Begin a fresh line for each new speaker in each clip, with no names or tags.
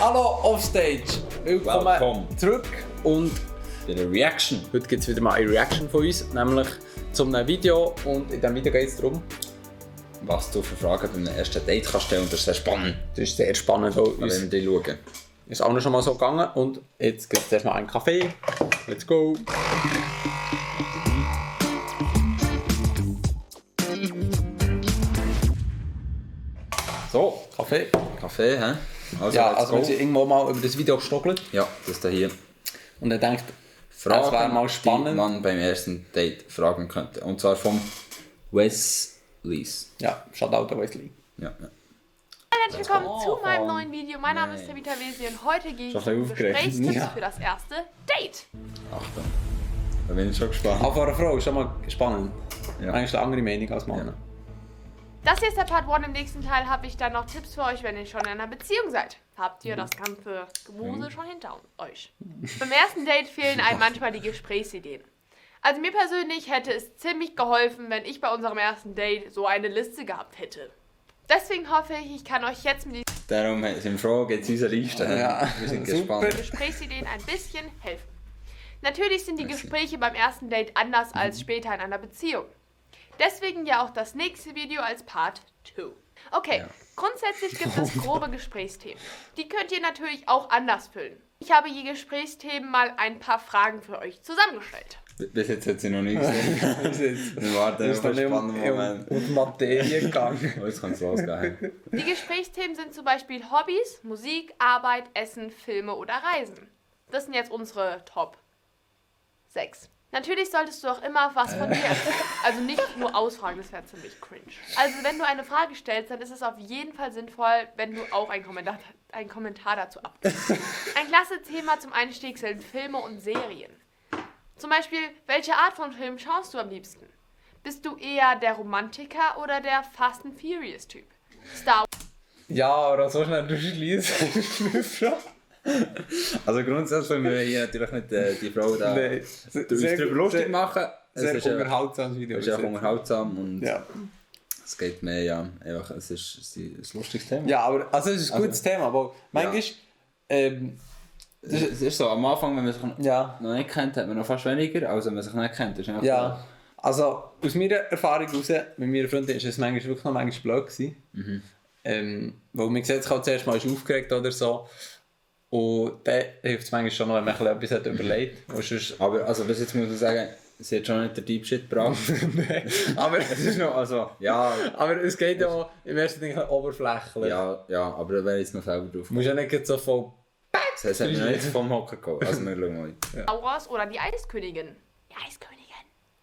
Hallo Offstage! Willkommen
Welcome.
zurück und
Deine Reaction.
heute gibt es wieder mal eine Reaction von uns, nämlich zu einem Video und in diesem Video geht es darum,
Was du für Fragen beim ersten Date kannst stellen und das ist sehr spannend.
das ist sehr spannend, weil uns
Wenn wir die schauen.
ist auch noch schon mal so gegangen und jetzt gibt es erstmal einen Kaffee, let's go! So, Kaffee.
Kaffee, hä? Also,
Ja,
let's
also
go.
wir sind irgendwo mal über das Video gestogelt
ja, das da hier.
und er denkt, das wäre mal
die
spannend.
man beim ersten Date fragen könnte. Und zwar vom Wes Lees.
Ja, Shoutout an Wesley.
Ja, ja.
Herzlich willkommen zu meinem neuen Video. Mein Name ist
Nein.
Tabitha Wesi und heute gehe Oh, ich
Schon ein
um
bisschen aufgeregt.
Gesprächstipps
Ja.
für das erste Date.
Achtung. Da bin ich schon gespannt.
Auch von einer Frau ist schon mal spannend.
Ja.
Eigentlich eine andere Meinung als Mann.
Ja.
Das hier ist der Part 1. Im nächsten Teil habe ich dann noch Tipps für euch, wenn ihr schon in einer Beziehung seid. Habt ihr das ganze Gemuse schon hinter euch? Beim ersten Date fehlen einem manchmal die Gesprächsideen. Also mir persönlich hätte es ziemlich geholfen, wenn ich bei unserem ersten Date so eine Liste gehabt hätte. Deswegen hoffe ich, ich kann euch jetzt mit
Darum sind wir froh, geht's unsere Liste. hä?
Ja.
Wir sind
Super.
gespannt.
Gesprächsideen ein bisschen helfen. Natürlich sind die Gespräche beim ersten Date anders als später in einer Beziehung. Deswegen ja auch das nächste Video als Part 2. Okay,
Ja.
grundsätzlich gibt es grobe Gesprächsthemen. Die könnt ihr natürlich auch anders füllen. Ich habe je Gesprächsthemen mal ein paar Fragen für euch zusammengestellt.
Bis jetzt hat sie noch nie gesehen.
Das ist
Wir warten auf
dann
einen
nicht
spannenden
um,
Moment.
um die Materie gegangen.
Oh, Jetzt kann es losgehen. hä?
Die Gesprächsthemen sind zum Beispiel Hobbys, Musik, Arbeit, Essen, Filme oder Reisen. Das sind jetzt unsere Top 6. Natürlich solltest du auch immer was von dir erzählen. Also nicht nur ausfragen, das wäre ziemlich cringe. Also wenn du eine Frage stellst, dann ist es auf jeden Fall sinnvoll, wenn du auch einen Kommentar, einen Kommentar dazu abgibst. Ein klasse Thema zum Einstieg sind Filme und Serien. Zum Beispiel, welche Art von Film schaust du am liebsten? Bist du eher der Romantiker oder der Fast and Furious Typ? Star
Ja, aber so schnell du schließt.
Also grundsätzlich wollen wir hier natürlich nicht äh, die Frau da
Nein. Sehr-
uns
sehr-
drüber lustig
sehr-
machen. Es
Sehr
ist einfach-
unterhaltsames Video.
Es ist einfach unterhaltsam und
Ja.
es geht mehr, ja. Einfach, es ist, es ist ein lustiges Thema.
ja, aber also es ist ein gutes Thema, aber manchmal. Ähm,
Es, ist, es ist so, am Anfang, wenn man sich
ja.
noch nicht kennt, hat man noch fast weniger, als wenn man sich nicht kennt. Ist einfach
Ja. Also aus meiner Erfahrung heraus, mit meiner Freundin, ist es manchmal wirklich noch manchmal blöd gewesen.
Mhm.
Ähm, weil man sieht, sich halt zuerst mal ist aufgeregt oder so. Und dann hilft es manchmal schon mal, wenn man ein bisschen etwas hat überlegt. Und sonst
so. Aber also bis jetzt muss man sagen, sie hat schon nicht den Deep Shit gebracht.
aber,
es ist noch, also, ja,
aber es geht ja auch im ersten Ding oberflächlich.
ja, ja, aber da wäre ich jetzt noch selber drauf.
Du musst ja nicht gerade so voll.
Das heißt, hat mir noch nicht vom Hocker geholt. Also wir schauen mal.
Wars oder die Eiskönigin. Die Eiskönigin.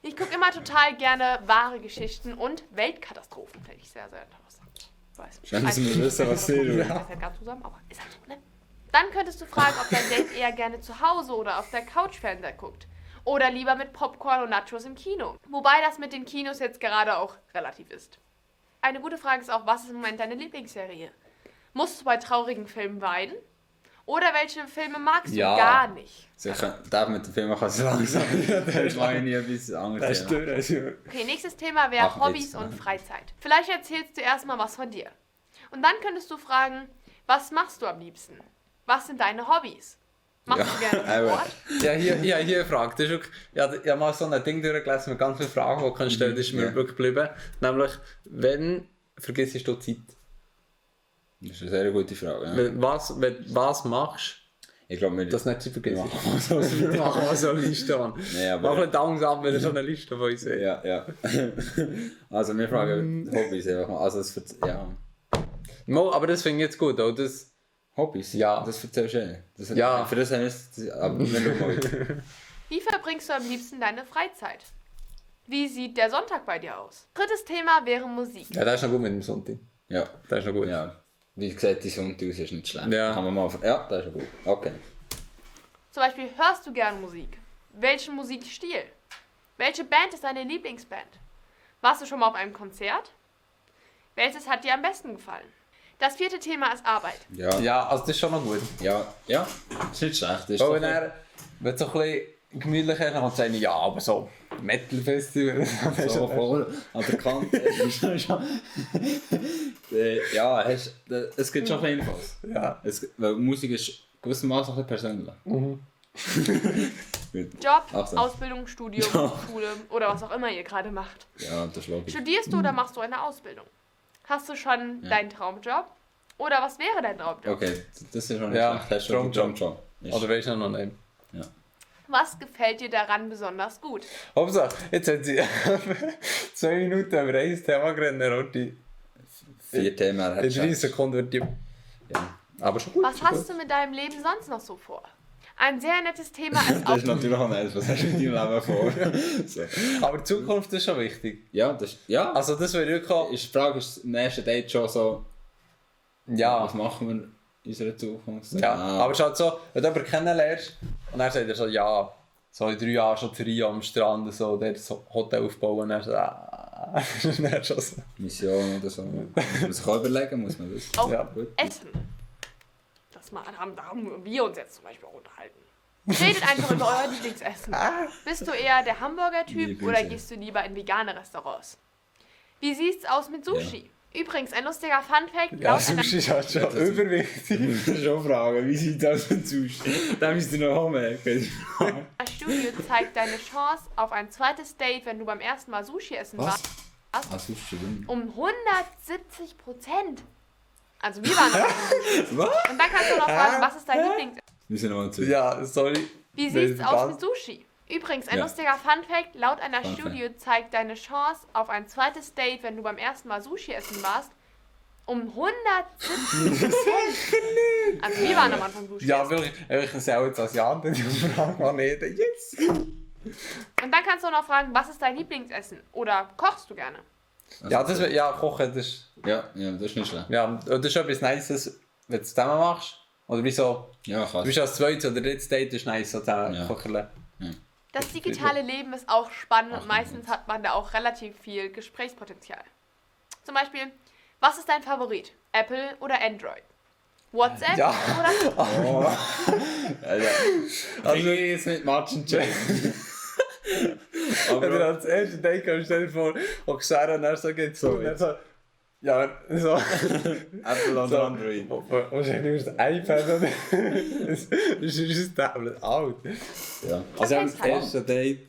Ich gucke immer total gerne wahre Geschichten und Weltkatastrophen. Finde ich sehr, sehr interessant. Weiß nicht.
Schön, dass wir wissen, was sie tun.
Eiskönigin, Das ist halt gerade zusammen, aber ist halt so, ne? Dann könntest du fragen, ob dein Date eher gerne zu Hause oder auf der Couch Fernseher guckt. Oder lieber mit Popcorn und Nachos im Kino. Wobei das mit den Kinos jetzt gerade auch relativ ist. Eine gute Frage ist auch, was ist im Moment deine Lieblingsserie? Musst du bei traurigen Filmen weinen? Oder welche Filme magst du
Ja.
gar nicht?
Sicher, der mit dem Film Also, kann es langsam. Das war ja nie etwas anderes. ja.
stimmt.
Okay, nächstes Thema
Ach,
wäre Hobbys
jetzt,
und
ne?
Freizeit. Vielleicht erzählst du erstmal was von dir. Und dann könntest du fragen, was machst du am liebsten? Was sind deine Hobbys? Machst
Ja,
du gerne
aber-
Sport?
Ja, hier, ja, hier eine Frage. Das ist wirklich, ich habe ich habe mal so ein Ding durchgelesen mit ganz vielen Fragen, die kannst stellen, das ist mir
Ja.
wirklich geblieben. Nämlich, wenn vergisst du Zeit?
Das ist eine sehr gute Frage. Ja.
Wenn, was, wenn, was machst
Ich glaube, wir Also,
du, dass du nicht Zeit
wir
vergisst?
machen mal so ein
Wir
Video.
machen mal so eine Liste an.
Nee, aber-
Mach ein Daumen ab, wenn ihr so eine Liste von uns habt.
Ja, ja. Also wir fragen
Mm.
Hobbys einfach mal. Also das verz- ja.
Mo, aber das finde ich jetzt gut, oder? Das,
Hobbys?
Ja.
Das erzählst du eh. das
Ja.
Für das haben wir es... Aber wir schauen mal.
Wie verbringst du am liebsten deine Freizeit? Wie sieht der Sonntag bei dir aus? Drittes Thema wäre Musik.
ja, das ist noch gut mit dem Sonntag.
Ja.
Das ist noch gut.
Ja. Wie gesagt, die Sonntag ist nicht schlecht.
Ja.
Kann man mal... Ja, das ist gut. Okay.
Zum Beispiel, hörst du gerne Musik? Welchen Musikstil? Welche Band ist deine Lieblingsband? Warst du schon mal auf einem Konzert? Welches hat dir am besten gefallen? Das vierte Thema ist Arbeit.
Ja. Ja.
Ja, also das ist schon noch gut.
Ja. Das ist nicht schlecht. Das ist
Weil
doch
wenn er, wenn du so ein bisschen gemütlich hast, dann kannst du sagen, ja, aber so Metal-Festival.
So voll an der Kante. ist schon- schon- Äh, ja, hast, äh, es gibt schon ein bisschen was.
ja.
Es, weil Musik ist gewissermaßen ein bisschen persönlich. Gut.
Job,
Ach so.
Ausbildung, Studium,
Ja.
Schule oder was auch immer ihr gerade macht.
Ja, das ist logisch.
Studierst du oder machst du eine Ausbildung? Hast du schon
Ja.
deinen Traumjob? Oder was wäre dein Traumjob?
Okay, das ist schon nicht
Ja,
schlecht. Hast schon Also,
Strong
Strong Job. Ist-
Oder weißt du noch nicht?
Was gefällt dir daran besonders gut?
Hauptsache, jetzt hat sie zwei Minuten über ein Thema geredet, dann hat die
Vier Themen er hat
in drei
geschafft.
Sekunden wird die...
Ja. Aber schon gut.
Was
schon
hast du mit deinem Leben sonst noch so vor? Ein sehr nettes Thema
gut.
ist
Das ist
auch.
natürlich auch nice. Was hast du mit deinem Leben vor? so.
Aber die Zukunft ist schon wichtig.
Ja, das ja. Also,
Also das wäre wirklich... auch-
ist die Frage ist im ersten Date schon so, was
Ja,
machen wir in unserer Zukunft? Ah,
ja. aber es ist halt so, wenn du jemanden kennenlernst und dann sagt er so, ja, so in drei Jahren schon drei Jahre am Strand und so, dort so Hotel aufbauen und dann so, ah, dann schon so.
Mission oder so. Muss man sich auch überlegen, muss man wissen.
Auch
Ja.
Gut.
Essen. Das mal, da haben, da haben wir uns jetzt zum Beispiel auch unterhalten. Redet einfach über euer Lieblingsessen. Bist du eher der Hamburger-Typ
Lieblingsessen.
oder gehst du lieber in vegane Restaurants? Wie sieht's aus mit Sushi? Übrigens, ein lustiger Fun-Fact:
Ja,
laut einer
Sushi ist halt schon
das-
überwichtig.
Ich muss schon fragen, wie sieht das denn aus? Da müsst ihr noch anmerken.
Studie zeigt deine Chance auf ein zweites Date, wenn du beim ersten Mal Sushi essen
Was? Ah,
warst,
Was suchst du denn?
um 170 Prozent. Also wir waren
Was?
Und dann kannst du noch fragen, was ist dein Lieblings...
Müssen wir noch zu.
Ja, sorry.
Wie sieht's
Das-
aus mit Sushi? Übrigens, ein
Ja.
lustiger Funfact, laut einer
Fun Fact.
Studie zeigt deine Chance auf ein zweites Date, wenn du beim ersten Mal Sushi essen warst, um 170 Prozent. Also wir waren am Anfang Sushi
Ja,
essen.
wirklich, ich sehe auch jetzt Asiaten, die fragen auch nicht, yes!
Und dann kannst du noch fragen, was ist dein Lieblingsessen? Oder kochst du gerne?
Also,
Ja, das, wär- ja, kochen, das ist...
ja, ja, das ist nicht schlecht.
Ja, und das ist etwas Nices, wenn du es zusammen machst. Oder wieso?
Ja,
Du
kannst.
bist als zweites oder drittes Date, das ist nice, so zusammen
Ja.
kochen.
Das digitale Leben ist auch spannend und
Ach, Mensch.
meistens hat man da auch relativ viel Gesprächspotenzial. Zum Beispiel, was ist dein Favorit? Apple oder Android? WhatsApp
Ja.
oder
Also, also jetzt mit Matchen checken.
Wenn du
Aber
als erstes Date kommst, stell dir vor, ob Sarah dann so geht zu. und dann so, Ja, so.
Apple und
so.
Android.
Wahrscheinlich ist das iPad oder. Das ist ein Tablet. Alt.
Ja.
Also, am
Das heißt,
ersten Date.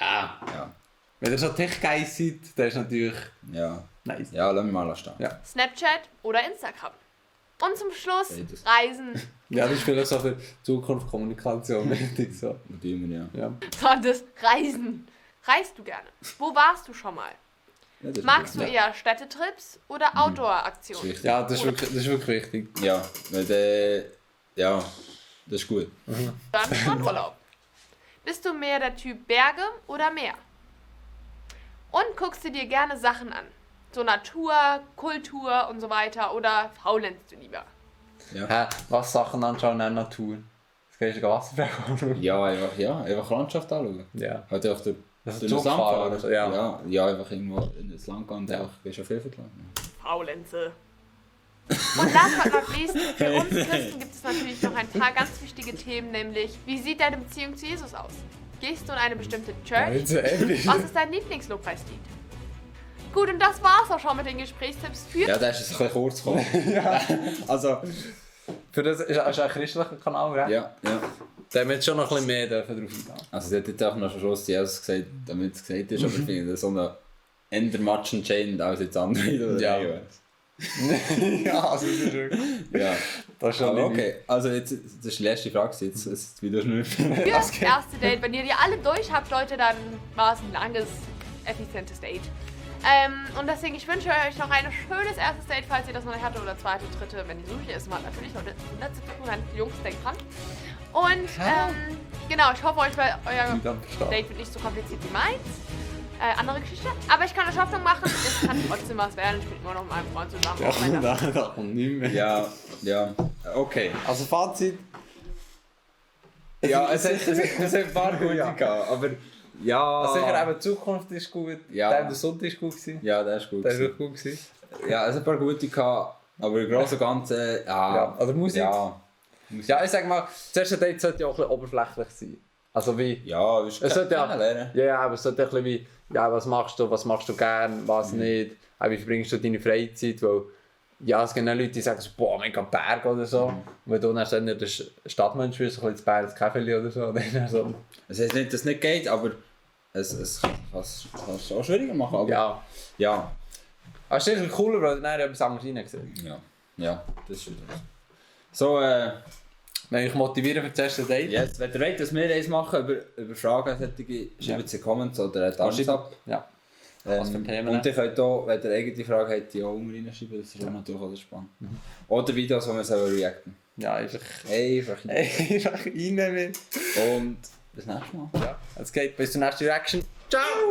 Ja. Ja.
Wenn ihr so tech-geil seid, dann ist natürlich
Ja.
nice.
Ja, lass mich mal stehen.
Ja.
Snapchat oder Instagram? Und zum Schluss
Beides.
Reisen.
Ja, das ist vielleicht so für Zukunft Kommunikation wichtig. So.
Und immer, ja.
Ja.
So, das Reisen. Reist du gerne? Wo warst du schon mal?
ja das
Magst du
ja.
eher Städtetrips oder Outdoor-Aktionen?
Richtig.
ja, das ist wirklich, das ist wirklich wichtig.
Ja, weil der. Ja, das ist gut.
Dann Strandurlaub. Bist du mehr der Typ Berge oder Meer? Und guckst du dir gerne Sachen an? So Natur, Kultur und so weiter oder faulenzt du lieber?
Ja.
Hä, was Sachen anschauen in der Natur? Das gehst du Gasberg
Ja, einfach, ja, einfach Landschaft anschauen.
Ja.
Halt auf der.
Also
durch das
Zug
Land
fahren,
fahren.
also, dus, ja.
ja. ja. Ja, einfach irgendwo ins Land gehen und
Ja.
einfach gehst du auf Hilfe gelangen.
Faulenze. Und last but not least, für uns Christen gibt es natürlich noch ein paar ganz wichtige Themen, nämlich wie sieht deine Beziehung zu Jesus aus? Gehst du in eine bestimmte Church?
Jetzt endlich.
Was ist dein Lieblingslobpreislied? Gut, und das war's auch schon mit den Gesprächstipps für
Ja, das ist jetzt ein bisschen kurz gekommen. Also,
Für das ist, ist ein christlicher Kanal, oder?
ja, ja.
Da haben wir jetzt schon noch ein bisschen mehr dürfen drauf eingehen.
Also, sie hat jetzt auch noch am Schluss Jesus gesagt, damit es gesagt ist, aber ich finde, so eine Endermatch entscheidend als jetzt Android oder
Ja.
iOS.
ja, also das ist wirklich.
Ja.
Das ist schon
Aber
nicht
okay, also jetzt, das ist die letzte Frage, jetzt ist wieder schnell.
für das erste Date. Wenn ihr die alle durch habt, Leute, dann war es ein langes, effizientes Date. Ähm, und deswegen, ich wünsche euch noch ein schönes erstes Date, falls ihr das noch nicht hattet, oder zweite, dritte, wenn ihr Sushi essen wart. Natürlich noch 170% Jungs, denkt dran. Und ähm, genau, ich hoffe, euch weil euer
gut am Verstand.
Date wird nicht so kompliziert wie meins. Äh, andere Geschichte. Aber ich kann euch Hoffnung machen, es kann trotzdem was werden. Ich bin immer noch mit meinem Freund zusammen. Auch
Ja,
wenn das-
da, da kommt nicht mehr.
Ja, ja. Okay.
Also Fazit.
Ja, es hat, es hat, es hat ein paar gute
Ja.
gehabt, aber ja.
Also sicher eben die Zukunft ist gut.
Ja.
Der, der Sonntag ist gut gewesen.
Ja, das ist gut.
Der ist wirklich gut gewesen.
Ja, es hat ein paar gute gehabt, aber im Großen und Ganzen. Ja,
Ja, also Musik.
Ja.
Ja, ich sag mal, das erste Date sollte ja auch ein bisschen oberflächlich sein. Also wie...
Ja, willst
Es sollte ja,
kennenlernen.
ja, ja, aber es sollte ein bisschen wie, ja, was machst du, was machst du gern, was nicht, auch wie verbringst du deine Freizeit, weil ja, es gibt auch Leute, die sagen so, boah, mega Berg oder so, und wenn du dann so nicht der Sch- Stadtmensch bist, so ein bisschen Berg, das Käferli oder so, dann so,
Es heißt nicht, dass es nicht geht, aber es, es kann es kann es auch schwieriger machen. Aber
ja.
ja.
Aber es ist sicher cooler, weil du dann etwas anderes reingesehen
Ja, ja, das ist wieder. So, äh,
Wenn ich motivieren für das erste Date,
yes, wenn ihr wollt, dass wir eins machen über, über Fragen, solche, schreibt es in die Comments oder einen
dann
Thumbs up.
ja. was für
Ähm,
Themen?
und ihr könnt auch, wenn ihr eigene Frage habt, die auch unten reinschreiben, das ist auch natürlich auch spannend.
Mhm.
Oder Videos, die wir selber reacten.
ja, einfach,
Einfach.
einfach reinnehmen.
Und bis nächstes Mal.
Ja, es geht, bis zur nächsten Reaction. Ciao!